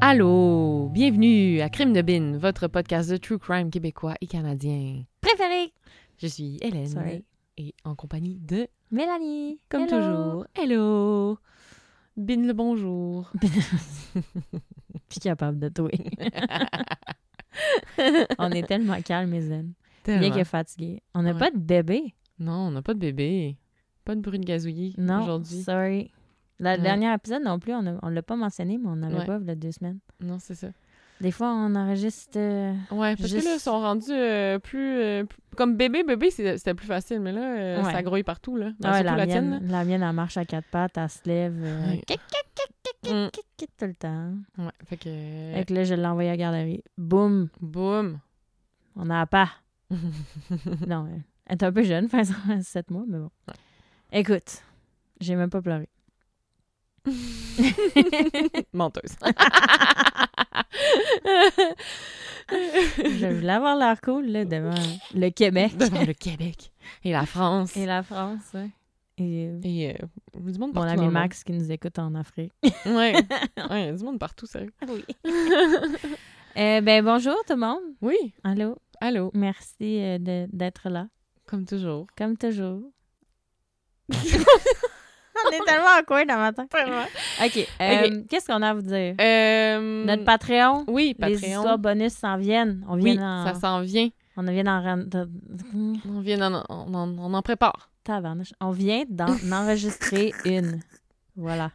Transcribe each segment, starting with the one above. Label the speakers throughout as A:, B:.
A: Allô, bienvenue à Crime de Bin, votre podcast de true crime québécois et canadien.
B: préféré.
A: Je suis Hélène
B: Sorry.
A: et en compagnie de,
B: Mélanie.
A: comme
B: hello.
A: toujours, Hello, Bin le bonjour.
B: Je suis capable de tout. on est tellement calme et zen. Bien
A: Tellement.
B: que fatigué. On n'a
A: Ouais.
B: pas de bébé.
A: Non, on n'a pas de bébé, pas de bruit de gazouillis
B: Non.
A: aujourd'hui.
B: Sorry. La
A: Ouais.
B: dernière épisode non plus, on ne l'a pas mentionné, mais on n'avait
A: Ouais.
B: pas il y a deux semaines.
A: Non, c'est ça.
B: Des fois, on enregistre. euh,
A: Ah Ouais, parce que
B: Juste-
A: là, ils sont rendus euh, plus, euh, plus- Comme bébé, bébé, c'est- c'était plus facile, mais là, euh,
B: Ouais.
A: ça grouille partout, là. Ben,
B: ah ouais,
A: surtout
B: la,
A: la, tienne.
B: mienne, la mienne, elle marche à quatre pattes, elle se lève. euh,
A: Ouais.
B: kick,
A: là.
B: kick, kick tout le temps.
A: Mm, ouais, fait que.
B: Fait que là, je l'ai envoyé à la garderie. Boum,
A: Boum!
B: on n'a pas. non, elle- elle est un peu jeune, enfin, 7 mois, mais bon. Écoute, j'ai même pas pleuré.
A: Menteuse.
B: Je voulais avoir l'air cool là, devant le Québec
A: Devant le Québec et la France.
B: et la France. ouais. Et euh,
A: Et euh, du monde
B: mon
A: partout.
B: ami
A: dans le
B: Max qui nous écoute en Afrique.
A: monde. Ouais. ouais, du monde partout, sérieux.
B: Ah Oui. ben bonjour tout le monde.
A: Oui.
B: Allô.
A: Allô.
B: Merci euh, de- d'être là,
A: Comme toujours.
B: comme toujours. On est tellement en coin dans matin. OK. euh, Qu'est-ce qu'on a à vous dire?
A: Euh,
B: Notre Patreon.
A: Oui,
B: Les
A: Patreon.
B: histoires bonus s'en viennent. On vient
A: Oui,
B: en...
A: ça s'en vient.
B: On vient d'en... ren- de-
A: On vient d'en- on, en- on en prépare.
B: Tabarnouche. On vient d'en enregistrer une. Voilà.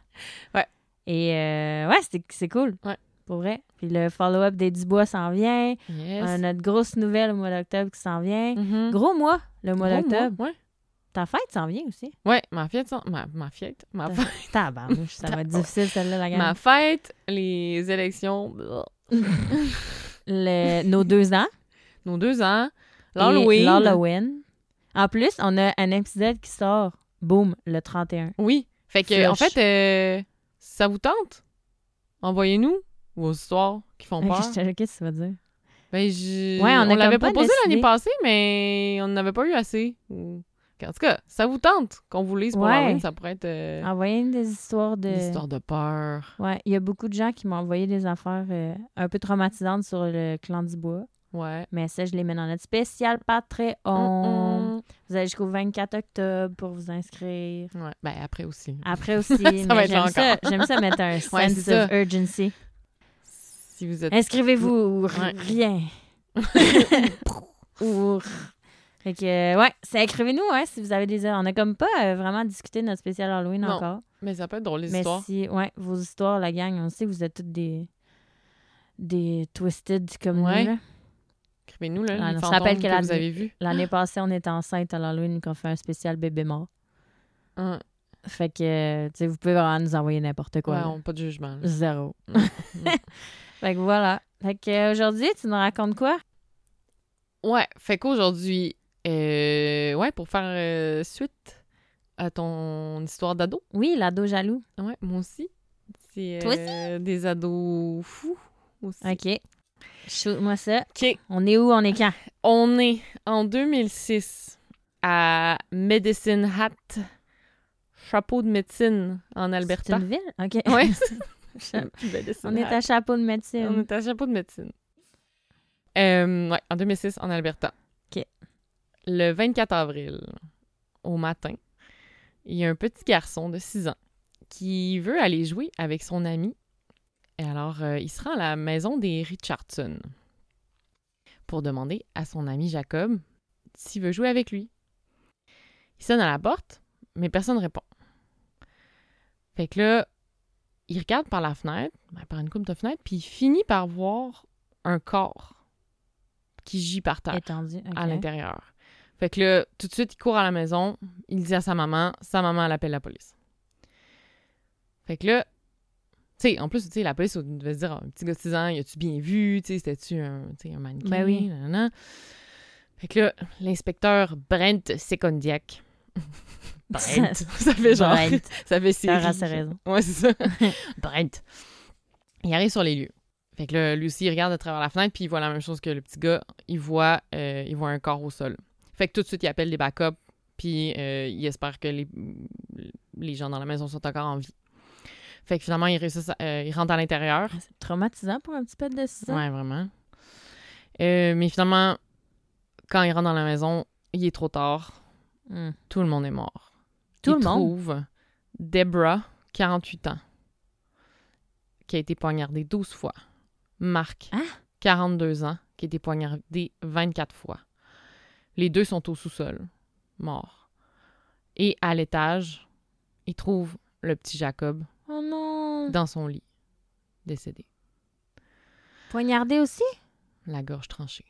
A: Ouais.
B: Et euh, ouais, c'est, c'est cool.
A: Ouais.
B: Pour vrai. Puis le follow-up des Dubois s'en vient.
A: Yes.
B: Euh, notre grosse nouvelle au mois d'octobre qui s'en vient.
A: Mhm.
B: Gros mois, le mois
A: Gros
B: d'octobre.
A: mois, Ouais.
B: Ta fête s'en vient aussi.
A: Ouais, ma fête, ça- ma, ma fête, ma,
B: Ta- Tabarnouche. Ça va être difficile, celle-là, la
A: ma
B: gamme.
A: fête, les élections, bleh,
B: Le- nos deux ans.
A: nos deux ans,
B: et
A: l'Halloween.
B: L'Halloween. En plus, on a un épisode qui sort, boum, le 31.
A: Oui. Fait que, en
B: Flush.
A: fait, euh, si ça vous tente, envoyez-nous vos histoires qui font peur.
B: Qu'est-ce que tu vas dire?
A: Ben, je-
B: Ben, Ouais, on a
A: on
B: comme
A: l'avait
B: pas
A: proposé l'année
B: décidé.
A: passée, mais on n'avait pas eu assez. Ou- En tout cas, ça vous tente qu'on vous lise pour
B: Ouais. euh,
A: l'Halloween, ça pourrait être euh,
B: Envoyez-nous des histoires de...
A: une histoire de peur.
B: Ouais, il y a beaucoup de gens qui m'ont envoyé des affaires euh, un peu traumatisantes sur le clan du bois.
A: Ouais.
B: Mais ça, je les mets dans notre spécial Patreon.
A: Mm-mm.
B: Vous allez jusqu'au 24 octobre pour vous inscrire.
A: Ouais. Ben, après aussi.
B: Après aussi,
A: va
B: mais
A: être
B: j'aime
A: long
B: ça,
A: encore.
B: j'aime ça mettre un sense
A: Ouais,
B: of
A: c'est ça.
B: urgency.
A: Si vous êtes.
B: Inscrivez-vous ou r-
A: Ouais.
B: rien. ou... r- Fait que, euh, ouais, c'est écrivez-nous hein, si vous avez des... On n'a comme pas euh, vraiment discuté de notre spécial Halloween
A: Non.
B: encore.
A: Mais ça peut être drôle, les
B: Mais
A: histoires.
B: si, ouais, vos histoires, la gang, on sait que vous êtes toutes des des twisted comme
A: Ouais.
B: nous. là.
A: Écrivez-nous, là,
B: Ah,
A: les
B: non, je
A: fantômes
B: rappelle que
A: que
B: la-
A: vous avez vus.
B: L'année passée, on était enceinte à l'Halloween qu'on fait un spécial bébé mort.
A: Hein.
B: Fait que, tu sais, vous pouvez vraiment nous envoyer n'importe quoi.
A: Ouais,
B: là.
A: on- pas de jugement. là.
B: Zéro.
A: Mm.
B: fait que voilà. Fait que euh, aujourd'hui, tu nous racontes quoi?
A: Ouais, fait qu'aujourd'hui, euh, ouais, pour faire euh, suite à ton histoire d'ado,
B: Oui, l'ado jaloux.
A: ouais, moi aussi, c'est
B: Toi
A: euh, des ados fous aussi.
B: OK. Shoot-moi ça.
A: OK.
B: On est où? On est quand?
A: On est en 2006 à Medicine Hat, chapeau de médecine en Alberta.
B: C'est une ville? OK.
A: Ouais,
B: on est à chapeau de
A: On
B: médecine.
A: est à chapeau de médecine. Euh, ouais, en 2006, en Alberta.
B: OK.
A: Le 24 avril, au matin, il y a un petit garçon de 6 ans qui veut aller jouer avec son ami. Et alors, euh, il se rend à la maison des Richardson pour demander à son ami Jacob s'il veut jouer avec lui. Il sonne à la porte, mais personne ne répond. Fait que là, il regarde par la fenêtre, ben, par une coupe de fenêtre, puis il finit par voir un corps qui gît par terre
B: Étendu. OK.
A: à l'intérieur. Fait que là, tout de suite, il court à la maison, il dit à sa maman, sa maman, elle appelle la police. Fait que là, tu sais, en plus, tu sais, la police, on devait se dire, Ah, un petit gars de 6 ans, il a-tu bien vu, tu sais, c'était-tu un, tu sais, un mannequin?
B: Ben oui.
A: nanana. Fait que là, l'inspecteur Brent Secondiac. Brent. ça fait genre.
B: Brent.
A: Ça fait série.
B: Sarah, c'est raison.
A: Ouais, c'est ça. Brent. Il arrive sur les lieux. Fait que là, lui aussi, il regarde à travers la fenêtre, puis il voit la même chose que le petit gars. Il voit, euh, il voit un corps au sol. Fait que tout de suite, il appelle les backups, puis euh, il espère que les, les gens dans la maison sont encore en vie. Fait que finalement, ils réussissent, à- euh, ils rentrent à l'intérieur.
B: C'est traumatisant pour un petit pet de 6 ans.
A: Ouais, vraiment. Euh, mais finalement, quand ils rentrent dans la maison, il est trop tard.
B: Hmm.
A: Tout le monde est mort.
B: Tout
A: Ils
B: le monde?
A: trouvent Deborah, 48 ans, qui a été poignardée 12 fois. Marc,
B: Hein?
A: 42 ans, qui a été poignardé 24 fois. Les deux sont au sous-sol, morts. Et à l'étage, ils trouvent le petit Jacob
B: Oh non!
A: dans son lit, décédé,
B: Poignardé aussi?
A: la gorge tranchée.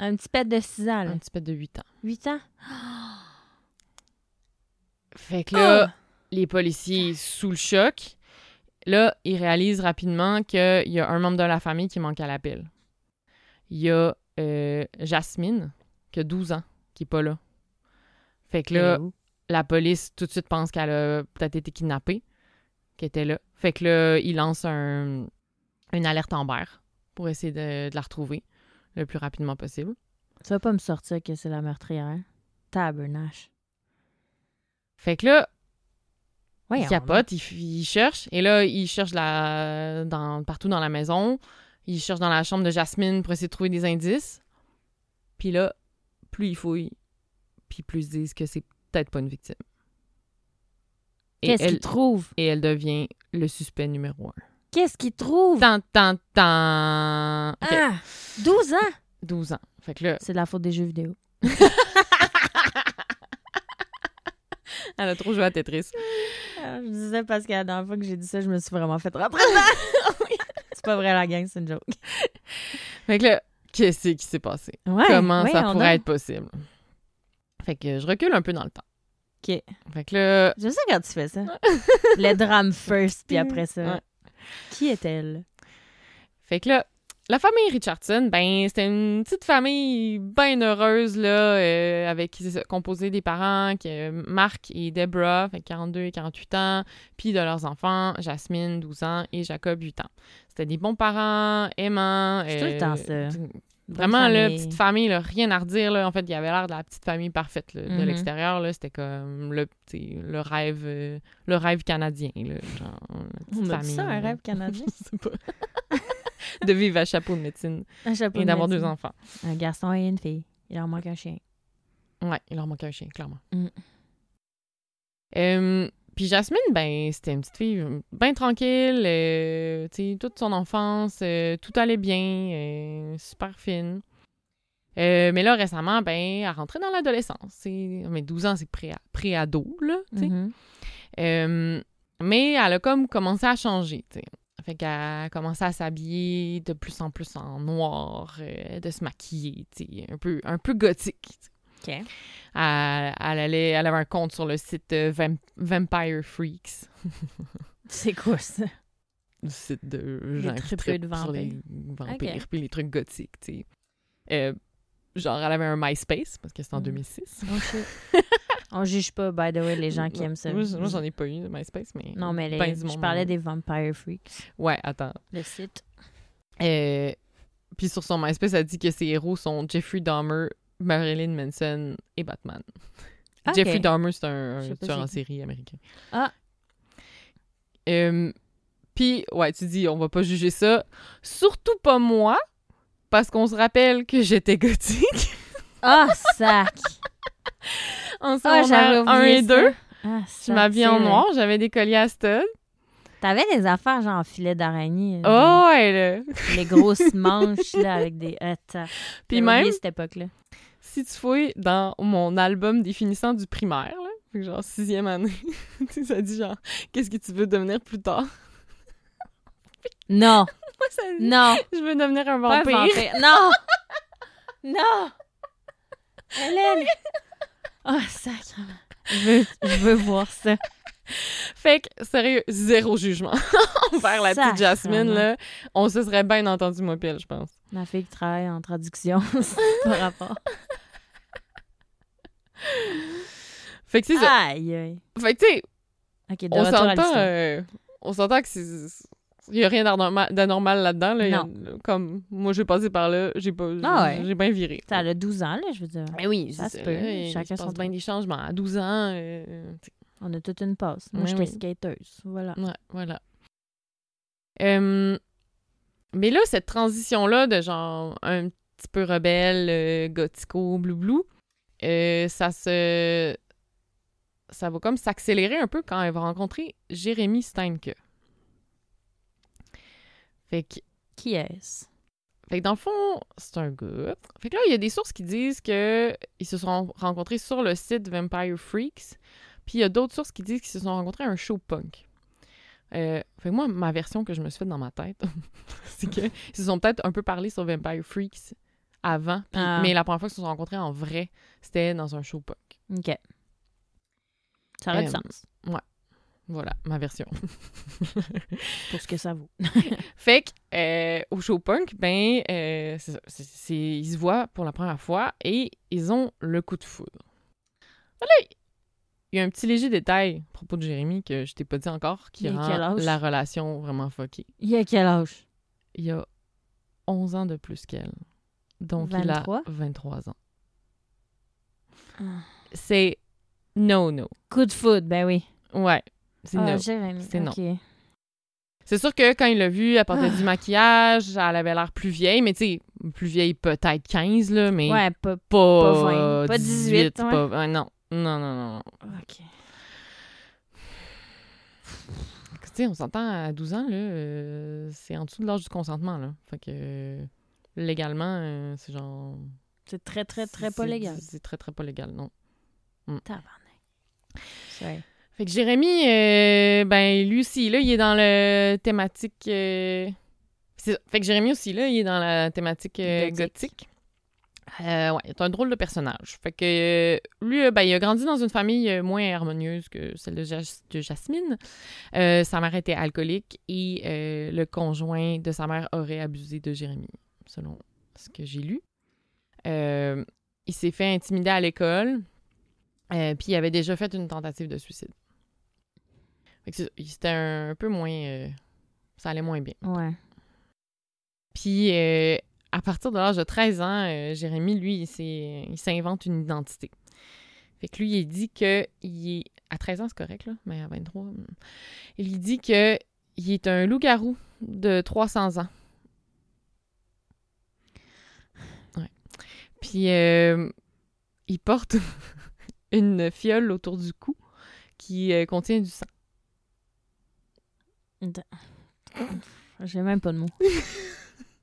B: Un petit pet de 6 ans, Ah là.
A: Un petit peu de 8 ans.
B: 8 ans?
A: Fait que là, les policiers sous le choc. Là, ils réalisent rapidement qu'il y a un membre de la famille qui manque à l'appel. Il y a euh, Jasmine, qui a 12 ans, qui est pas là. Fait que
B: Ben
A: là, la police tout de suite pense qu'elle a peut-être été kidnappée, qu'elle était là. Fait que là, ils lancent un- une alerte Amber pour essayer de, de la retrouver le plus rapidement possible.
B: Tu vas pas me sortir que c'est la meurtrière. hein? Tabernache.
A: Fait que là,
B: Ouais,
A: il capote, il, il cherche. Et là, il cherche la, dans, partout dans la maison. Il cherche dans la chambre de Jasmine pour essayer de trouver des indices. Puis là, plus il fouille, puis plus ils se disent que c'est peut-être pas une victime. Et
B: Qu'est-ce
A: elle,
B: qu'il trouve?
A: et elle devient le suspect numéro un.
B: Qu'est-ce qu'il trouve?
A: Tant, tant, tant. Ok,
B: Ah! 12 ans!
A: 12 ans. Fait que là,
B: C'est de la faute des jeux vidéo.
A: elle a trop joué à Tetris.
B: Ah, Je disais parce que la dernière fois que j'ai dit ça, je me suis vraiment fait rentrer c'est pas vrai, la gang, c'est une joke.
A: Fait que là, qu'est-ce qui s'est passé?
B: Ouais,
A: Comment
B: ouais,
A: ça
B: on
A: pourrait
B: a-
A: être possible? Fait que je recule un peu dans le temps.
B: Ok.
A: Fait que là,
B: J'aime ça quand tu fais ça. Le drame first, puis après ça.
A: Ouais.
B: Qui est-elle?
A: Fait que là, la famille Richardson, ben, c'était une petite famille bien heureuse, là, euh, avec, c'est ça, composée des parents, qui, euh, Marc et Deborah, fait 42 et 48 ans, puis de leurs enfants, Jasmine, 12 ans, et Jacob, 8 ans. C'était des bons parents, aimants.
B: C'est tout le temps ça.
A: d'une-
B: Bonne
A: Vraiment, là,
B: famille.
A: petite famille, là, rien à redire. Là. En fait, il y avait l'air de la petite famille parfaite là, de
B: Mhm.
A: l'extérieur. là. C'était comme le, tu sais, le rêve euh, le rêve canadien. Là, genre, la petite
B: On a dit
A: famille,
B: ça, un
A: là.
B: rêve canadien?
A: Je sais pas. de vivre à chapeau de médecine
B: Un chapeau
A: et
B: de
A: d'avoir
B: médecin.
A: deux enfants.
B: Un garçon et une fille. Il leur manque un chien.
A: Ouais, il leur manquait un chien, clairement.
B: Mm.
A: Euh, Puis Jasmine, ben, c'était une petite fille bien tranquille. euh, tu sais, toute son enfance, euh, tout allait bien, euh, super fine. Euh, mais là, récemment, ben, elle rentrait dans l'adolescence. c'est- Mais 12 ans, c'est pré- pré-ado, là, tu sais.
B: Mhm.
A: Euh, mais elle a comme commencé à changer, tu sais. Fait qu'elle a commencé à s'habiller de plus en plus en noir, euh, de se maquiller, tu sais, un peu, un peu gothique. tu sais.
B: OK.
A: Elle, elle allait, elle avait un compte sur le site euh, Vamp- Vampire Freaks,
B: C'est quoi ça?
A: le site de gens qui
B: tripeux
A: trippent
B: de
A: sur les
B: vampires.
A: vampires,
B: Ok.
A: puis les trucs gothiques, tu sais. Euh, genre, elle avait un MySpace, parce que c'était en
B: Mm.
A: 2006.
B: Oh, shit. On juge pas, by the way, les gens qui aiment ça.
A: Moi, j- moi, j'en ai pas eu de MySpace, mais...
B: Non, mais les-
A: ben du
B: je
A: monde.
B: parlais des Vampire Freaks,
A: Ouais, attends.
B: le site.
A: Euh, puis sur son MySpace, elle dit que ses héros sont Jeffrey Dahmer, Marilyn Manson et Batman.
B: Ah,
A: Jeffrey
B: ok.
A: Dahmer, c'est un, un
B: Je sais pas
A: tueur
B: c'est
A: en
B: qui.
A: série américain.
B: Ah.
A: Euh, puis, ouais, tu dis, on va pas juger ça. Surtout pas moi, parce qu'on se rappelle que j'étais gothique
B: Ah, sac!
A: en
B: Ah,
A: secondaire
B: j'avais
A: 1
B: oublié
A: et
B: ça.
A: 2.
B: Ah,
A: Je
B: sac,
A: m'habillais en
B: c'est vrai.
A: noir, j'avais des colliers à stud.
B: T'avais des affaires genre en filet d'araignée.
A: Oh, ouais, là.
B: Les les grosses manches, là, avec des... Attends.
A: Puis
B: J'avais
A: même,
B: oublié cette époque-là.
A: si tu fouilles dans mon album définissant du primaire, là, fait que genre sixième année, tu sais, ça dit genre qu'est-ce que tu veux devenir plus tard.
B: Non!
A: Moi, ça dit,
B: Non!
A: je veux devenir un
B: Pas un
A: vampire.
B: vampire. Non! non! Hélène! Oh, sacrément. Je veux, je veux voir ça.
A: Fait que sérieux, zéro jugement envers la petite
B: Sacrément.
A: Jasmine là. On se serait bien entendu moi pis elle, je pense.
B: Ma fille qui travaille en traduction, c'est par rapport.
A: Fait que c'est ça.
B: Aïe, aïe.
A: Fait que tu sais,
B: OK, Ah. de
A: on
B: retour à
A: s'entend,
B: l'histoire.
A: euh, on s'entend que c'est il y a rien d'anorma- d'anormal là-dedans là. Il y a- Comme moi j'ai passé par là, j'ai pas
B: Ah ouais.
A: j'ai bien viré.
B: T'as le 12 ans, là, je veux dire.
A: Mais oui,
B: Ça
A: c'est
B: se peut,
A: là, il se
B: chacun son
A: passe
B: truc.
A: bien des changements. À 12 ans, euh, tu sais,
B: On a toute une passe. Moi,
A: Oui,
B: j'étais
A: oui. Mm.
B: skateuse. Voilà.
A: Ouais, voilà. Euh, mais là, cette transition-là de genre un petit peu rebelle, euh, gothico, blou-blou, euh, ça se. Ça va comme s'accélérer un peu quand elle va rencontrer Jérémy Steinke. Fait que
B: Qui est-ce?
A: fait que dans le fond, c'est un gars. Fait que là, il y a des sources qui disent que ils se sont rencontrés sur le site Vampire Freaks. Puis il y a d'autres sources qui disent qu'ils se sont rencontrés à un show punk. Euh, fait que moi, ma version que je me suis faite dans ma tête, c'est qu'ils se sont peut-être un peu parlé sur Vampire Freaks avant. puis-
B: Ah.
A: Mais la première fois qu'ils se sont rencontrés en vrai, c'était dans un show punk.
B: OK. Ça aurait du
A: Euh,
B: sens
A: Voilà, ma version.
B: pour ce que ça vaut.
A: Fait que, euh, au show punk, ben, euh, c'est ça, c'est- c'est- ils se voient pour la première fois et ils ont le coup de foudre. Voilà, il y a un petit léger détail à propos de Jérémy que je t'ai pas dit encore qui
B: Il a
A: rend
B: quel âge?
A: la relation vraiment fuckée.
B: Il a quel âge?
A: Il a 11 ans de plus qu'elle. Donc, il a
B: 23?
A: 23 ans.
B: Ah.
A: C'est no, no.
B: Coup de foot, ben oui.
A: Ouais, c'est
B: Ah,
A: no.
B: Jérémy.
A: C'est non.
B: OK.
A: C'est sûr que quand il l'a vue, elle portait
B: Ah.
A: du maquillage, elle avait l'air plus vieille, mais tu sais, plus vieille peut-être 15, là, mais...
B: Ouais, pas...
A: pas,
B: Pas vingt, pas 18,
A: pas- ouais, non. non, non, non, non.
B: OK.
A: Tu sais, on s'entend à 12 ans, là, euh, c'est en dessous de l'âge du consentement, là. Fait que euh, légalement, euh, c'est genre...
B: C'est très, très, très
A: c'est-
B: pas
A: c'est-
B: légal.
A: C'est très, très pas légal, non.
B: Tabarnak. Ouais.
A: Fait que Jérémy, euh, ben lui aussi, là, il est dans le thématique... euh, c'est ça. Fait que Jérémy aussi, là, il est dans la thématique euh,
B: Gothique.
A: gothique. Euh, ouais, il est un drôle de personnage. Fait que euh, lui, euh, ben, il a grandi dans une famille euh, moins harmonieuse que celle de, Jas- de Jasmine. Euh, sa mère était alcoolique et euh, le conjoint de sa mère aurait abusé de Jérémy, selon ce que j'ai lu. Euh, il s'est fait intimider à l'école, euh, puis il avait déjà fait une tentative de suicide. Fait que c'est- il- C'était un, peu moins... euh, ça allait moins bien.
B: Ouais.
A: Puis euh, à partir de l'âge de 13 ans, euh, Jérémy, lui, il s'est- il s'invente une identité. Fait que lui, il dit que il est. À 13 ans, c'est correct, là, mais à 23. hmm. Il lui dit que il est un loup-garou de 300 ans. Ouais. Puis euh, il porte une fiole autour du cou qui euh, contient du sang.
B: J'ai même pas de mots.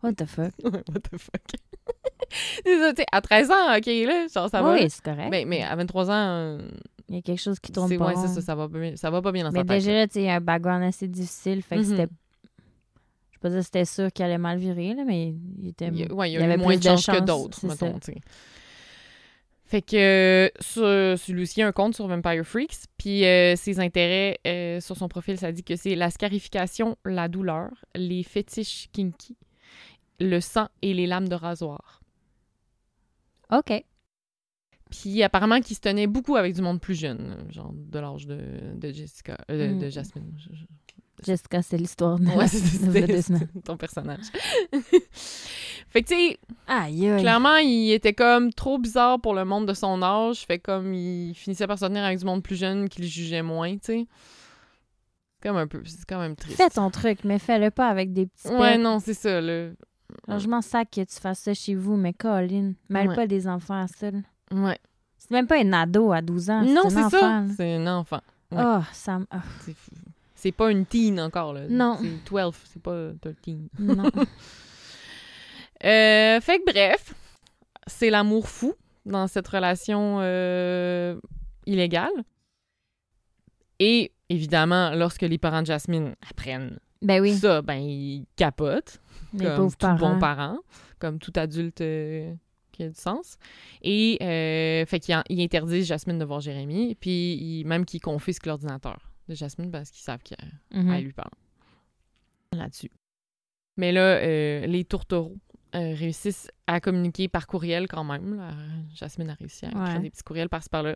B: What the fuck?
A: Ouais, What the fuck? C'est ça, tu sais, à 13 ans, OK, là, genre, ça va.
B: oui, c'est correct.
A: Mais, mais à 23 ans, euh,
B: Il y a quelque chose qui tourne
A: c'est
B: pas
A: ouais,
B: rond.
A: c'est ça, ça va pas bien, ça va pas bien dans
B: Mais
A: sa tête.
B: déjà, là, tu sais, il y a un background assez difficile. Fait que
A: Mhm.
B: c'était... Je sais pas si c'était sûr qu'il allait mal virer, là, mais il était...
A: il y a, ouais, il y
B: il y
A: a
B: avait
A: eu moins
B: plus
A: de
B: de
A: chances que
B: chances,
A: d'autres,
B: c'est
A: mettons, tu sais. Fait que euh, sur- celui-ci a un compte sur Vampire Freaks, puis euh, ses intérêts euh, sur son profil, ça dit que c'est la scarification, la douleur, les fétiches kinky, le sang et les lames de rasoir.
B: OK.
A: Puis apparemment qu'il se tenait beaucoup avec du monde plus jeune, genre de l'âge de, de Jessica, euh, de- de
B: Mm.
A: Jasmine. je- je-
B: Jusqu'à c'est l'histoire de
A: Ouais,
B: de
A: c'était
B: v'là deux semaines.
A: c'était ton personnage. fait que, tu sais,
B: Aïe, aïe.
A: clairement, il était comme trop bizarre pour le monde de son âge. Fait comme il finissait par se tenir avec du monde plus jeune qui le jugeait moins, tu sais. Comme un peu, c'est quand même triste.
B: Fais ton truc, mais fais-le pas avec des petits
A: Ouais,
B: pets.
A: non, c'est ça, là.
B: Alors, je m'en sac que tu fasses ça chez vous, mais Colin, mêle
A: Ouais.
B: pas des enfants à ça. là.
A: Ouais.
B: C'est même pas un ado à 12 ans.
A: non,
B: Ah, un
A: c'est ça.
B: enfant, là.
A: C'est un enfant. ouais.
B: Ah, ça me... ah,
A: C'est fou. C'est pas une teen encore, là.
B: Non.
A: C'est 12, c'est pas 13.
B: non.
A: Euh, fait que bref, c'est l'amour fou dans cette relation euh, illégale. Et évidemment, lorsque les parents de Jasmine apprennent
B: ben oui,
A: ça, ben ils capotent,
B: les
A: comme
B: pauvres
A: tout bon
B: parents.
A: parent, comme tout adulte euh, qui a du sens. Et euh, fait qu'ils en- ils interdisent Jasmine de voir Jérémy, puis ils- même qu'ils confisquent l'ordinateur de Jasmine parce qu'ils savent qu'elle
B: Mhm.
A: elle lui parle là-dessus. Mais là, euh, les tourtereaux euh, réussissent à communiquer par courriel quand même. là. Jasmine a réussi à écrire
B: Ouais.
A: des petits courriels par-ci par-là.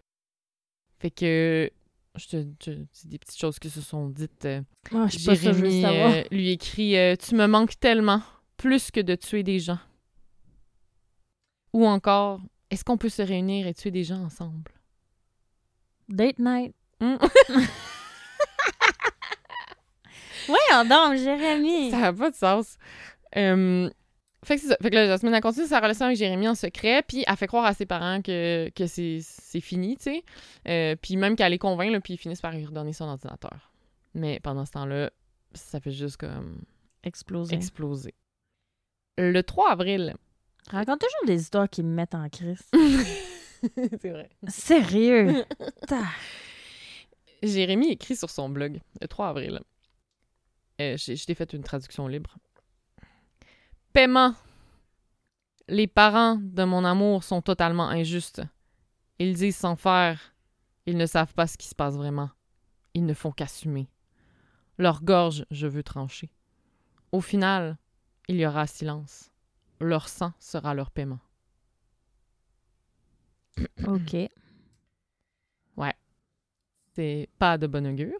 A: Fait que je te je te dis des petites choses qui se sont dites. euh,
B: Ah, je suis pas sûre que je veux
A: Jérémy
B: savoir.
A: euh, lui écrit euh, Tu me manques tellement, plus que de tuer des gens. Ou encore Est-ce qu'on peut se réunir et tuer des gens ensemble
B: Date night.
A: Mm.
B: Voyons donc, Jérémy.
A: Ça n'a pas de sens. Euh, fait que c'est ça. Fait que là, Jasmine, elle continue sa relation avec Jérémy en secret, puis elle fait croire à ses parents que, que c'est, c'est fini, tu sais. Euh, puis même qu'elle les convainc, là, puis ils finissent par lui redonner son ordinateur. Mais pendant ce temps-là, ça fait juste comme
B: Explosé.
A: exploser. Le 3 avril.
B: Raconte toujours des histoires qui me mettent en crise.
A: c'est vrai.
B: Sérieux.
A: Jérémy écrit sur son blog le 3 avril. Euh, j'ai- je t'ai fait une traduction libre. Paiement. Les parents de mon amour sont totalement injustes. Ils disent sans faire. Ils ne savent pas ce qui se passe vraiment. Ils ne font qu'assumer. Leur gorge, je veux trancher. Au final, il y aura silence. Leur sang sera leur paiement.
B: OK.
A: C'est pas de bon augure.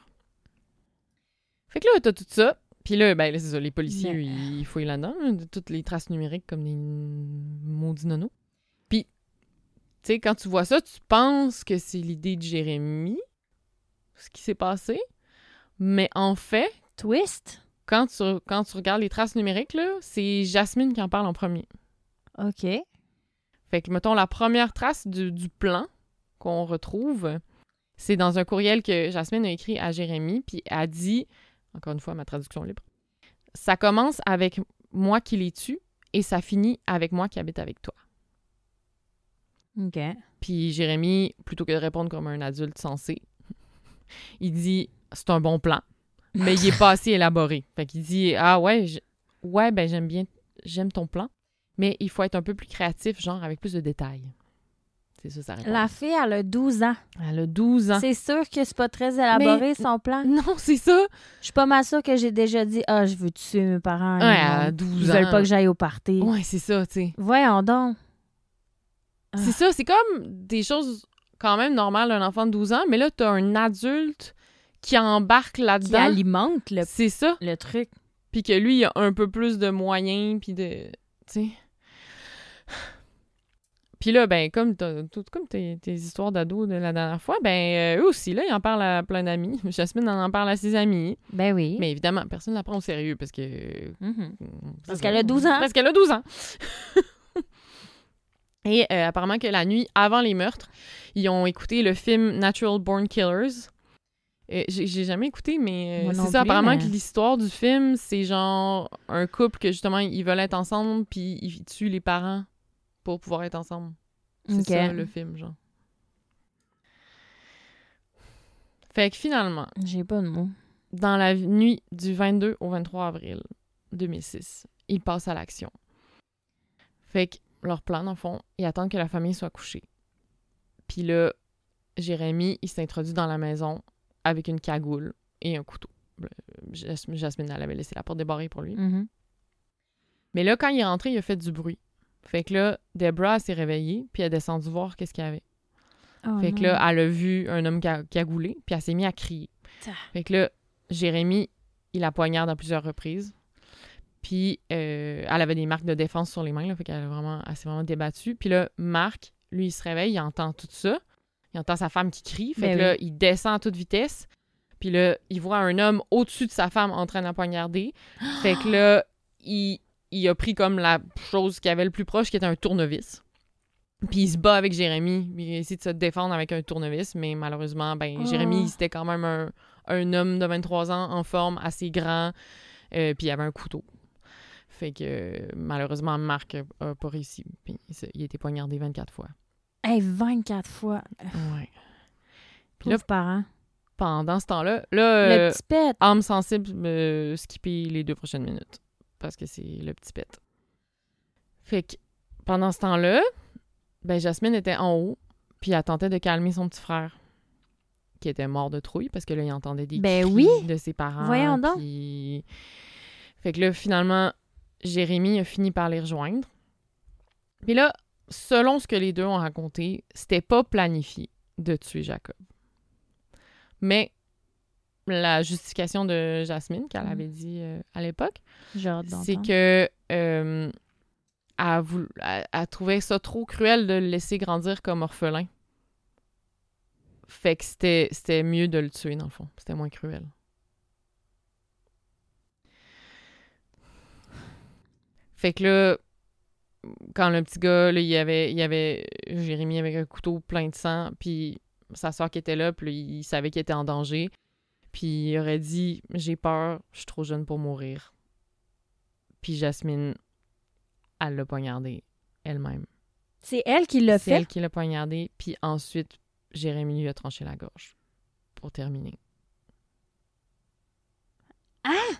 A: Fait que là, t'as tout ça. Puis là, ben, là, c'est ça, les policiers,
B: Mais-
A: ils fouillent là-dedans, là, de toutes les traces numériques comme des maudits nonos. Puis, tu sais, quand tu vois ça, tu penses que c'est l'idée de Jérémy, ce qui s'est passé. Mais en fait,
B: Twist.
A: quand tu, quand tu regardes les traces numériques, là, c'est Jasmine qui en parle en premier.
B: OK.
A: Fait que, mettons, la première trace du, du plan qu'on retrouve, c'est dans un courriel que Jasmine a écrit à Jérémy, puis a dit, encore une fois, ma traduction libre, ça commence avec moi qui les tue et ça finit avec moi qui habite avec toi.
B: OK.
A: Puis Jérémy, plutôt que de répondre comme un adulte sensé, il dit, c'est un bon plan, mais il est pas assez élaboré. Fait qu'il dit, ah ouais, j- ouais, ben j'aime bien, j'aime ton plan, mais il faut être un peu plus créatif, genre avec plus de détails. C'est ça, ça répond.
B: La fille, elle a 12 ans.
A: Elle a 12 ans.
B: C'est sûr que c'est pas très élaboré, son plan.
A: Non, c'est ça.
B: Je suis pas mal sûre que j'ai déjà dit Ah, je veux tuer mes parents.
A: Ouais,
B: Ils
A: elle a
B: m'ont-
A: 12
B: Ils
A: ans.
B: veulent pas que j'aille au party.
A: Ouais, c'est ça, tu sais.
B: Voyons donc. Ah.
A: C'est ça, c'est comme des choses quand même normales d'un enfant de 12 ans, mais là, t'as un adulte qui embarque
B: Qui
A: là-dedans.
B: alimente le,
A: C'est ça.
B: le truc.
A: Puis que lui, il a un peu plus de moyens, puis de... Tu sais. Puis là, ben, comme, t'as- tout, comme tes, tes histoires d'ados de la dernière fois, ben, euh, eux aussi, là, ils en parlent à plein d'amis. Jasmine en, en parle à ses amis.
B: Ben oui.
A: Mais évidemment, personne ne la prend au sérieux parce que
B: Mhm.
A: Parce
B: qu'elle a 12 ans.
A: Parce qu'elle a 12 ans. Et euh, apparemment que la nuit avant les meurtres, ils ont écouté le film Natural Born Killers. Euh, J'ai j'ai jamais écouté, mais euh,
B: Moi non
A: c'est ça.
B: plus,
A: apparemment
B: mais-
A: que l'histoire du film, c'est genre un couple que justement ils veulent être ensemble, puis ils tuent les parents pour pouvoir être ensemble. C'est
B: Ok.
A: ça le film, genre. Fait que finalement,
B: J'ai pas de mots.
A: dans la v- nuit du 22 au 23 avril 2006, ils passent à l'action. Fait que leur plan, dans le fond, ils attendent que la famille soit couchée. Puis là, Jérémy, il s'introduit dans la maison avec une cagoule et un couteau. Le- Jas- Jasmine, elle avait laissé la porte débarrée pour lui.
B: Mhm.
A: Mais là, quand il est rentré, il a fait du bruit. Fait que là, Debra elle s'est réveillée, puis elle est descendue voir qu'est-ce qu'il y avait.
B: Oh
A: Fait que
B: non.
A: là, elle a vu un homme ca- cagoulé, puis elle s'est mise à crier.
B: Ta.
A: Fait que là, Jérémy, il la poignarde à plusieurs reprises. Puis, euh, elle avait des marques de défense sur les mains, là, fait qu'elle a vraiment, elle s'est vraiment débattue. Puis là, Marc, lui, il se réveille, il entend tout ça. Il entend sa femme qui crie. Fait
B: Ben
A: que là, il descend à toute vitesse. Puis là, il voit un homme au-dessus de sa femme en train de la poignarder. Fait que là, il, il a pris comme la chose qu'il avait le plus proche, qui était un tournevis. Puis il se bat avec Jérémy. Il essaie de se défendre avec un tournevis, mais malheureusement, ben,
B: Oh.
A: Jérémy, c'était quand même un, un homme de 23 ans en forme, assez grand, euh, puis il avait un couteau. Fait que euh, malheureusement, Marc a, a pas réussi. Puis il, s'est- il a été poignardé 24 fois.
B: Hey, 24 fois.
A: Ouais. Puis là-
B: Pauvre
A: euh,
B: parent.
A: Pendant ce temps-là, là, euh,
B: Le petit pet.
A: âme sensible, euh, skipper les deux prochaines minutes. Parce que c'est le petit pet. Fait que pendant ce temps-là, ben Jasmine était en haut, puis elle tentait de calmer son petit frère, qui était mort de trouille, parce que là, il entendait des
B: Ben
A: cris
B: oui!
A: de ses parents.
B: Voyons donc!
A: puis- Fait que là, finalement, Jérémy a fini par les rejoindre. Puis là, selon ce que les deux ont raconté, c'était pas planifié de tuer Jacob. Mais la justification de Jasmine, qu'elle
B: Mhm.
A: avait dit euh, à l'époque,
B: J'ai hâte
A: c'est
B: d'entendre.
A: que euh, elle, vou- elle- elle trouvait ça trop cruel de le laisser grandir comme orphelin. Fait que c'était c'était mieux de le tuer, dans le fond. C'était moins cruel. Fait que là, quand le petit gars, là, il y avait, il y avait Jérémy avec un couteau plein de sang, puis sa soeur qui était là, puis il savait qu'il était en danger. Puis il aurait dit J'ai peur, je suis trop jeune pour mourir. Puis Jasmine, elle l'a poignardé elle-même.
B: C'est elle qui l'a
A: C'est elle
B: fait.
A: qui l'a poignardé, puis ensuite, Jérémy lui a tranché la gorge. Pour terminer.
B: Ah!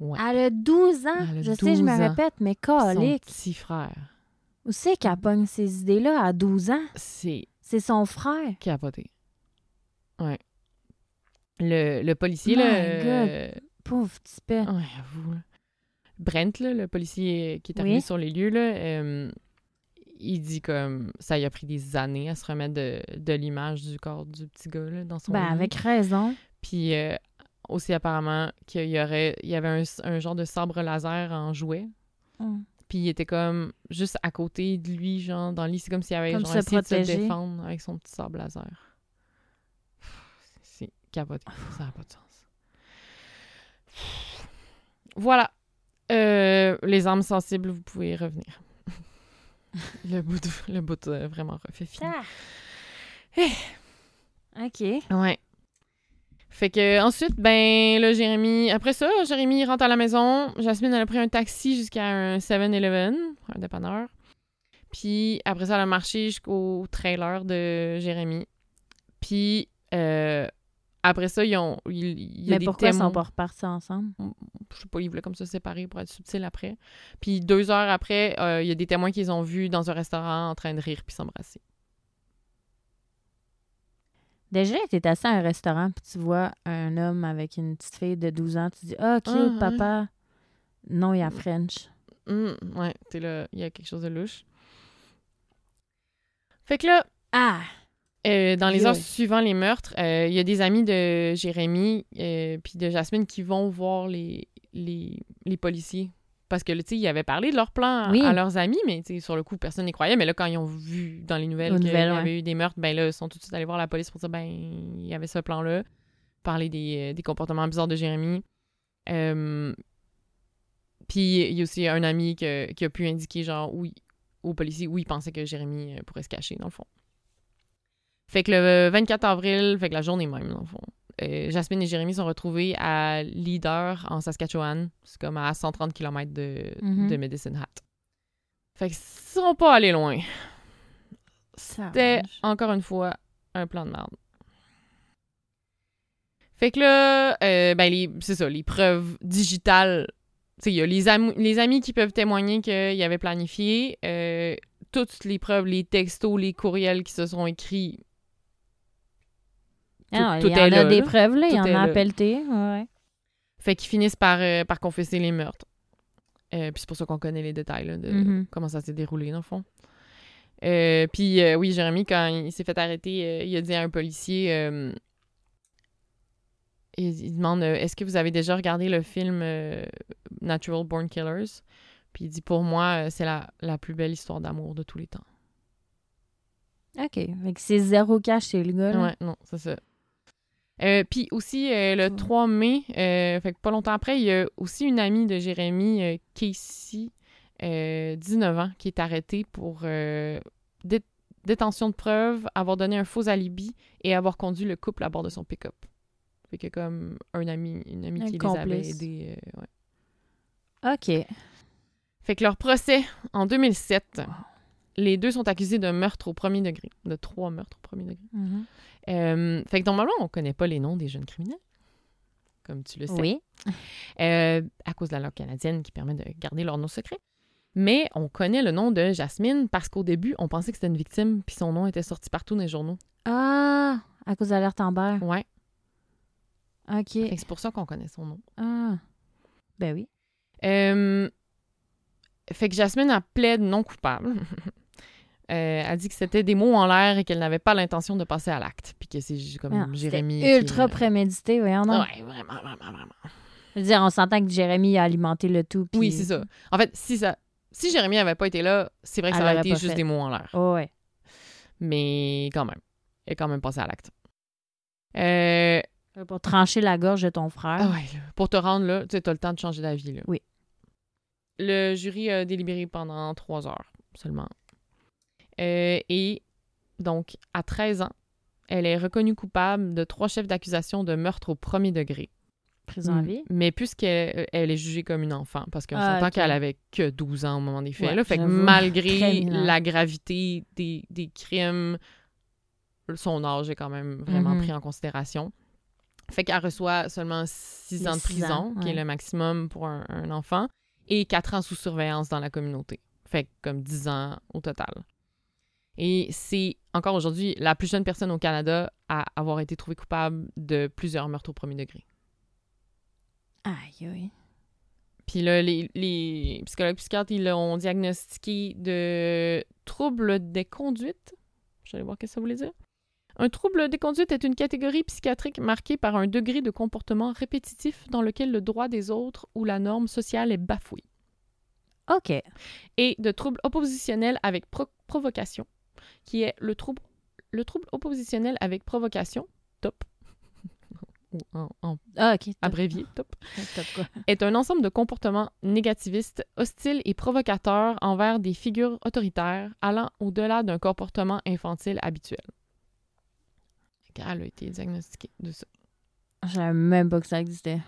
B: Elle... a 12 ans.
A: Elle a
B: je sais, je
A: 12
B: me
A: ans.
B: répète, mais
A: Son
B: Ah, colique.
A: petit frère,
B: Où c'est qu'elle pogne ces idées-là à 12 ans?
A: c'est
B: C'est son frère.
A: capoté. Ouais. Le, le policier,
B: My
A: là.
B: God.
A: euh,
B: Pauvre petit père.
A: Ouais, avoue. là. Brent, là, le policier qui est
B: Oui.
A: arrivé sur les lieux, là, euh, il dit comme ça lui a pris des années à se remettre de, de l'image du corps du petit gars là, dans son
B: Ben,
A: lit.
B: avec raison.
A: Puis euh, aussi apparemment qu'il y aurait il y avait un, un genre de sabre laser en jouet.
B: Mm.
A: Puis il était comme juste à côté de lui, genre dans le lit. C'est comme s'il avait
B: Comme
A: genre,
B: se
A: essayé de se
B: protéger.
A: défendre avec son petit sabre laser. Pff, C'est capoté. Ça n'a pas de sens. Pff. Voilà. Euh, les armes sensibles, vous pouvez y revenir. le bout, de- le bout de- vraiment refait fini. Eh.
B: OK.
A: Ouais. Fait que ensuite, ben là, Jérémy. Après ça, Jérémy rentre à la maison. Jasmine, elle a pris un taxi jusqu'à un 7-Eleven, un dépanneur. Puis après ça, elle a marché jusqu'au trailer de Jérémy. Puis euh, après ça, ils ont. Il, il y a
B: Mais
A: des
B: pourquoi ils
A: témoins
B: sont pas repartis ensemble?
A: je sais pas, ils voulaient comme ça séparer pour être subtil après. Puis deux heures après, euh, il y a des témoins qu'ils ont vus dans un restaurant en train de rire puis s'embrasser.
B: Déjà, t'es assis à un restaurant puis tu vois un homme avec une petite fille de 12 ans. Tu dis, ah, cute,
A: Ah, ouais. Mm.
B: papa. Non, il y a French.
A: Hum, ouais, t'es là, il y a quelque chose de louche. Fait que là,
B: Ah!
A: euh, dans les heures
B: Yeah.
A: suivant les meurtres, euh, il y a des amis de Jérémy euh, puis de Jasmine qui vont voir les, les, les policiers. Parce que, là, tu sais, ils avaient parlé de leur plan à-
B: Oui.
A: à leurs amis, mais tu sais, sur le coup, personne n'y croyait. Mais là, quand ils ont vu dans les nouvelles
B: Aux
A: qu'il y
B: nouvelles, ouais.
A: avait eu des meurtres, ben là, ils sont tout de suite allés voir la police pour dire, ben, il y avait ce plan-là. Parler des, euh, des comportements bizarres de Jérémy. Euh, puis il y a aussi un ami que- qui a pu indiquer, genre, où, il- aux policiers où il pensait que Jérémy euh, pourrait se cacher, dans le fond. Fait que le 24 avril, fait que la journée même, dans le fond, euh, Jasmine et Jérémy sont retrouvés à Leader, en Saskatchewan. C'est comme à 130 km de,
B: Mhm.
A: de Medicine Hat. Fait qu'ils sont pas allés loin.
B: Ça
A: C'était,
B: arrange.
A: encore une fois, un plan de merde. Fait que là, euh, ben les- c'est ça, les preuves digitales. Tu sais, il y a les, am- les amis qui peuvent témoigner qu'il y avait planifié. euh, toutes les preuves, les textos, les courriels qui se sont écrits.
B: Ah non,
A: tout
B: il y en
A: est
B: a
A: là,
B: des
A: là.
B: preuves, là. Il y
A: Tout
B: en
A: est
B: a à
A: là.
B: pelleter. Ouais.
A: Fait qu'ils finissent par, euh, par confesser les meurtres. Euh, puis c'est pour ça qu'on connaît les détails là, de
B: Mhm.
A: comment ça s'est déroulé, dans le fond. Euh, puis euh, oui, Jérémy, quand il s'est fait arrêter, euh, il a dit à un policier euh, il, il demande euh, Est-ce que vous avez déjà regardé le film euh, Natural Born Killers Puis il dit Pour moi, euh, c'est la, la plus belle histoire d'amour de tous les temps.
B: OK. Fait que c'est zéro cash chez le gars, là.
A: Ouais, non, c'est ça. Euh, Puis aussi, euh, le
B: Ouais.
A: 3 mai, euh, fait que pas longtemps après, il y a aussi une amie de Jérémy, euh, Casey, euh, 19 ans, qui est arrêtée pour euh, dé- détention de preuves, avoir donné un faux alibi et avoir conduit le couple à bord de son pick-up. Fait que comme un ami, une amie
B: Un
A: qui les avait
B: complice.
A: aidés. euh, ouais.
B: OK.
A: Fait que leur procès, en 2007, les deux sont accusés de meurtre au premier degré, de trois meurtres au premier degré.
B: Mhm.
A: Euh, fait que normalement, on connaît pas les noms des jeunes criminels, comme tu le sais,
B: Oui.
A: Euh, à cause de la loi canadienne qui permet de garder leurs noms secrets. Mais on connaît le nom de Jasmine parce qu'au début, on pensait que c'était une victime, puis son nom était sorti partout dans les journaux.
B: Ah! À cause de l'alerte Amber.
A: Ouais,
B: OK.
A: Fait que c'est pour ça qu'on connaît son nom.
B: Ah. Ben oui.
A: Euh, fait que Jasmine a plaide non coupable. Euh, elle dit que c'était des mots en l'air et qu'elle n'avait pas l'intention de passer à l'acte, puis que c'est ju- comme
B: Ah, c'était
A: Jérémy. qui-
B: Ultra prémédité, voyons donc.
A: Ouais, vraiment, vraiment, vraiment.
B: Je veux dire, on s'entend que Jérémy a alimenté le tout. puis-
A: Oui, c'est ça. En fait, si ça si Jérémy avait pas été là, c'est vrai que
B: Elle
A: ça aurait
B: l'aurait Oh.
A: été
B: pas
A: juste
B: fait.
A: des mots en l'air.
B: Oh, ouais.
A: Mais quand même. est quand même passé à l'acte. Euh,
B: Pour trancher la gorge de ton frère.
A: Ah ouais, là, pour te rendre là, tu as le temps de changer d'avis. là.
B: Oui.
A: Le jury a délibéré pendant trois heures seulement. Euh, et donc, à 13 ans, elle est reconnue coupable de trois chefs d'accusation de meurtre au premier degré.
B: Prison à
A: Mm.
B: vie.
A: Mais puisqu'elle euh, elle est jugée comme une enfant, parce qu'on
B: Ah,
A: s'entend
B: ok.
A: qu'elle avait que 12 ans au moment des faits,
B: Ouais,
A: là, fait que
B: j'avoue. Très
A: malgré
B: mineur.
A: la gravité des, des crimes, son âge est quand même vraiment
B: Mhm.
A: pris en considération. Fait qu'elle reçoit seulement 6
B: Les
A: ans de
B: six
A: prison,
B: ans,
A: qui est
B: ouais.
A: le maximum pour un, un enfant, et 4 ans sous surveillance dans la communauté. Fait que comme 10 ans au total. Et c'est encore aujourd'hui la plus jeune personne au Canada à avoir été trouvée coupable de plusieurs meurtres au premier degré.
B: Aïe, aïe.
A: Puis là, les, les psychologues psychiatres, ils l'ont diagnostiqué de trouble des conduites. Je vais aller voir ce que ça voulait dire. Un trouble des conduites est une catégorie psychiatrique marquée par un degré de comportement répétitif dans lequel le droit des autres ou la norme sociale est bafoué.
B: OK.
A: Et de trouble oppositionnel avec pro- provocation, qui est le trouble, le trouble oppositionnel avec provocation, top. Ou en, en
B: Ah, OK. Top,
A: abrévié, top.
B: top, quoi.
A: est un ensemble de comportements négativistes, hostiles et provocateurs envers des figures autoritaires allant au-delà d'un comportement infantile habituel. Elle a été diagnostiquée de ça.
B: Je savais même pas que ça existait.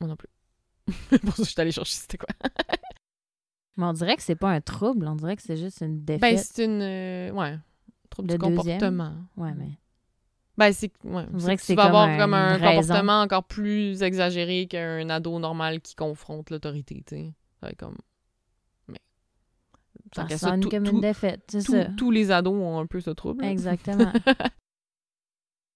A: Moi non plus. Pour ça, je suis allée chercher c'était quoi.
B: Mais on dirait que c'est pas un trouble. On dirait que c'est juste une défaite.
A: Ben, c'est une. euh, ouais. Trouble
B: Le
A: du
B: deuxième.
A: comportement.
B: ouais, mais...
A: Ben, c'est. Ouais,
B: On
A: c'est
B: dirait que c'est
A: tu vas
B: comme
A: avoir
B: un-
A: comme un
B: une raison.
A: comportement encore plus exagéré qu'un ado normal qui confronte l'autorité, tu sais. Ça va être comme. Mais. tant
B: Ça
A: qu'à
B: sonne
A: tout-
B: comme
A: tout-
B: une défaite, c'est
A: Tous-
B: ça.
A: tous les ados ont un peu ce trouble. là.
B: Exactement.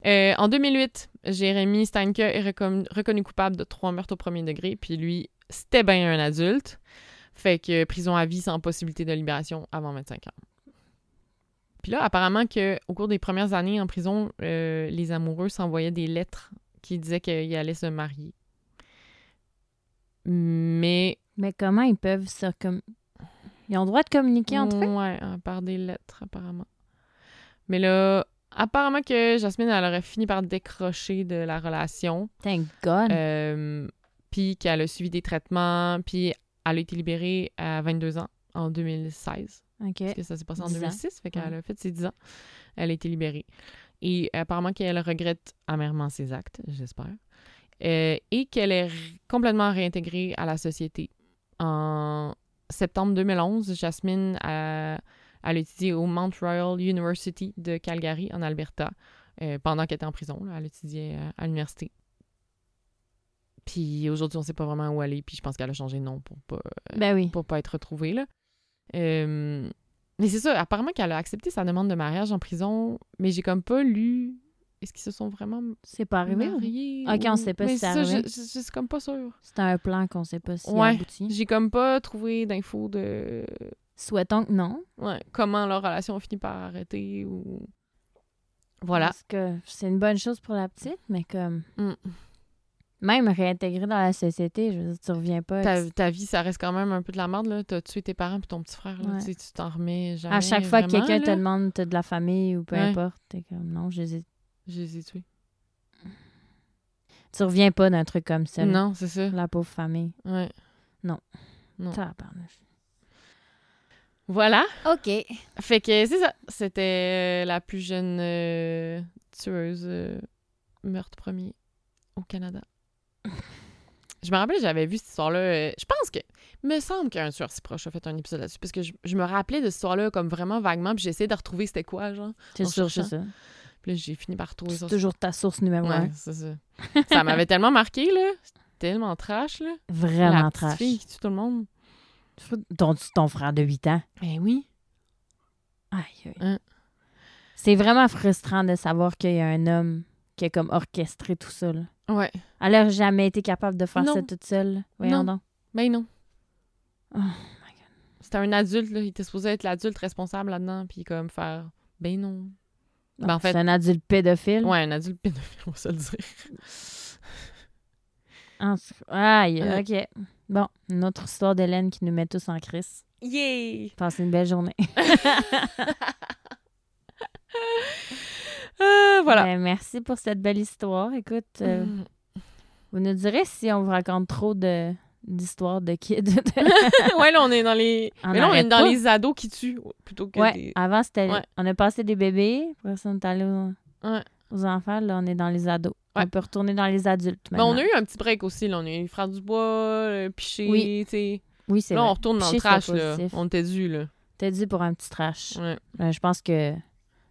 A: Euh, en 2008, Jérémy Steinke est recon- reconnu coupable de trois meurtres au premier degré, puis lui, c'était bien un adulte. Fait que prison à vie sans possibilité de libération avant 25 ans. Puis là, apparemment que au cours des premières années en prison, euh, les amoureux s'envoyaient des lettres qui disaient qu'ils allaient se marier. Mais
B: mais comment ils peuvent se... Comme... Ils ont le droit de communiquer entre eux?
A: Ouais, euh, par des lettres, apparemment. Mais là, apparemment que Jasmine, elle aurait fini par décrocher de la relation.
B: Thank God.
A: euh, puis qu'elle a suivi des traitements. Puis elle a été libérée à 22 ans en 2016.
B: OK.
A: Parce que ça s'est passé en
B: 10 ans.
A: 2006. Fait qu'elle
B: Ouais.
A: a fait ses 10 ans. Elle a été libérée. Et apparemment qu'elle regrette amèrement ses actes, j'espère. Euh, et qu'elle est r- complètement réintégrée à la société. En septembre 2011, Jasmine a, elle a étudié au Mount Royal University de Calgary, en Alberta, euh, pendant qu'elle était en prison. là. Elle étudiait euh, à l'université. Puis aujourd'hui, on sait pas vraiment où aller. Puis je pense qu'elle a changé de nom pour pas
B: Ben oui.
A: pour pas être retrouvée. Là. Euh, mais c'est ça, apparemment qu'elle a accepté sa demande de mariage en prison, mais j'ai comme pas lu. Est-ce qu'ils se sont vraiment
B: C'est pas arrivé. ou-
A: mariés?
B: hein? Ok,
A: ou-
B: on sait pas
A: Mais
B: si c'est
A: ça,
B: arrivé.
A: Je, je- je suis comme pas sûre.
B: C'est un plan qu'on sait pas si
A: Ouais.
B: aboutit.
A: J'ai comme pas trouvé d'infos de
B: Souhaitons que non.
A: ouais, comment leur relation a fini par arrêter ou. Voilà.
B: Parce que c'est une bonne chose pour la petite, mais comme...
A: Mm.
B: Même réintégrer dans la société, je veux dire, tu reviens pas...
A: Ta, ta vie, ça reste quand même un peu de la merde, là. T'as tué tes parents puis ton petit frère, là.
B: Ouais.
A: Tu sais, tu t'en remets jamais.
B: À chaque fois que
A: vraiment,
B: quelqu'un te
A: là.
B: demande t'as de la famille ou peu
A: Ouais.
B: importe, t'es comme non, je les ai-
A: Je les ai tués.
B: tu reviens pas d'un truc comme ça. là.
A: Non, c'est ça.
B: La pauvre famille.
A: Ouais. Non.
B: Tabarnouche.
A: Voilà.
B: OK.
A: Fait que c'est ça. C'était euh, la plus jeune euh, tueuse euh, meurtre premier au Canada. Je me rappelle, j'avais vu cette histoire-là. euh, je pense que. Me semble qu'un tueur si proche a fait un épisode là-dessus. Parce que je, je me rappelais de cette histoire-là comme vraiment vaguement. Puis j'ai essayé de retrouver c'était quoi, genre.
B: C'est
A: En
B: sûr, c'est
A: cherchant.
B: ça.
A: Puis là, j'ai fini par retrouver
B: C'est
A: ça.
B: toujours ta source numéro
A: Ouais,
B: un.
A: c'est ça. ça m'avait tellement marqué, là. C'était Tellement trash, là. la
B: Vraiment
A: petite
B: trash.
A: fille qui tue tout le monde.
B: Ton, ton frère de 8 ans.
A: Ben oui.
B: Aïe, aïe.
A: Hein.
B: C'est vraiment frustrant de savoir qu'il y a un homme qui a comme orchestré tout ça. là.
A: Ouais.
B: Elle n'a jamais été capable de faire
A: Non.
B: ça toute seule. Voyons
A: Non.
B: donc.
A: Ben non.
B: Oh my
A: God. C'était un adulte, là. Il était supposé être l'adulte responsable là-dedans, puis comme faire... Ben non. Ben,
B: Non,
A: en fait-
B: C'est un adulte pédophile.
A: Ouais, un adulte pédophile, on va se le dire.
B: En tout cas, Aïe,
A: Ouais.
B: OK. Bon, une autre histoire d'Hélène qui nous met tous en crise.
A: Yeah!
B: Passez une belle journée.
A: Euh, voilà.
B: Ben, merci pour cette belle histoire. Écoute, euh,
A: Mm.
B: vous nous direz si on vous raconte trop de d'histoires de kids.
A: ouais, là, on est dans les.
B: On
A: Mais là, on est
B: arrête
A: dans
B: pas.
A: les ados qui tuent plutôt que
B: ouais, Ah,
A: des.
B: avant, c'était...
A: Ouais.
B: On a passé des bébés, après ça, on est allé aux...
A: Ouais.
B: aux enfants. Là, on est dans les ados.
A: Ouais.
B: On peut retourner dans les adultes
A: Ben,
B: maintenant.
A: on a eu un petit break aussi, là. On a eu Frère Dubois, le Piché,
B: Oui.
A: tu sais.
B: Oui, c'est
A: Là,
B: vrai.
A: on retourne dans
B: Piché,
A: le trash,
B: c'était
A: là.
B: positif.
A: On était dû, là.
B: T'as dit pour un petit trash.
A: Ouais.
B: Euh, je pense que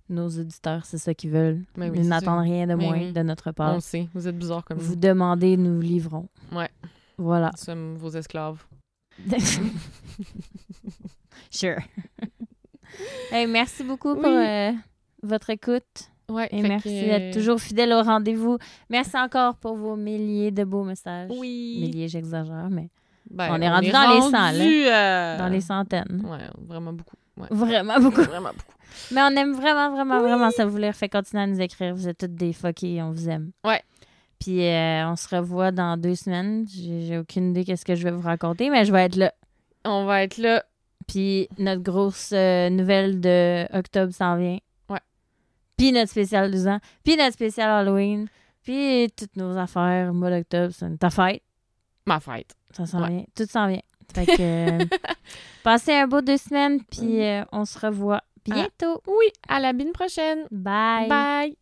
B: nos auditeurs, c'est ça qu'ils veulent.
A: Ben oui,
B: Ils
A: c'est
B: n'attendent rien de
A: Ben
B: moins
A: oui.
B: de notre
A: On
B: part.
A: le sait. Vous êtes bizarres comme
B: Vous
A: vous.
B: demandez, nous vous livrons.
A: Ouais.
B: Voilà.
A: Nous sommes vos esclaves.
B: sure. Hey, merci beaucoup pour
A: Oui.
B: euh, votre écoute
A: Ouais.
B: et
A: fait
B: merci
A: que-
B: d'être toujours fidèle au rendez-vous. Merci encore pour vos milliers de beaux messages.
A: Oui.
B: Milliers, j'exagère, mais
A: Ben,
B: On est rendu dans les 100, là.
A: rendu, euh,
B: dans les centaines.
A: Ouais, vraiment beaucoup. Ouais.
B: Vraiment beaucoup.
A: Vraiment beaucoup.
B: Mais on aime vraiment, vraiment, vraiment ça vous lire. Fait continuer à nous écrire. Vous êtes toutes des fuckés, on vous aime.
A: Ouais.
B: Puis euh, on se revoit dans deux semaines. J'ai j'ai aucune idée qu'est-ce que je vais vous raconter, mais je vais être là.
A: On va être là.
B: Puis notre grosse euh, nouvelle de octobre s'en vient.
A: Ouais.
B: Puis notre spécial 12 ans. Puis notre spécial Halloween. Puis toutes nos affaires. Le mois d'octobre, c'est ta fête.
A: Ma fête.
B: Ça s'en
A: Ouais.
B: vient. Tout s'en vient. Fait que euh, passez un beau deux semaines. Puis euh, on se revoit
A: Ah.
B: bientôt.
A: Oui, à la bine prochaine. Bye.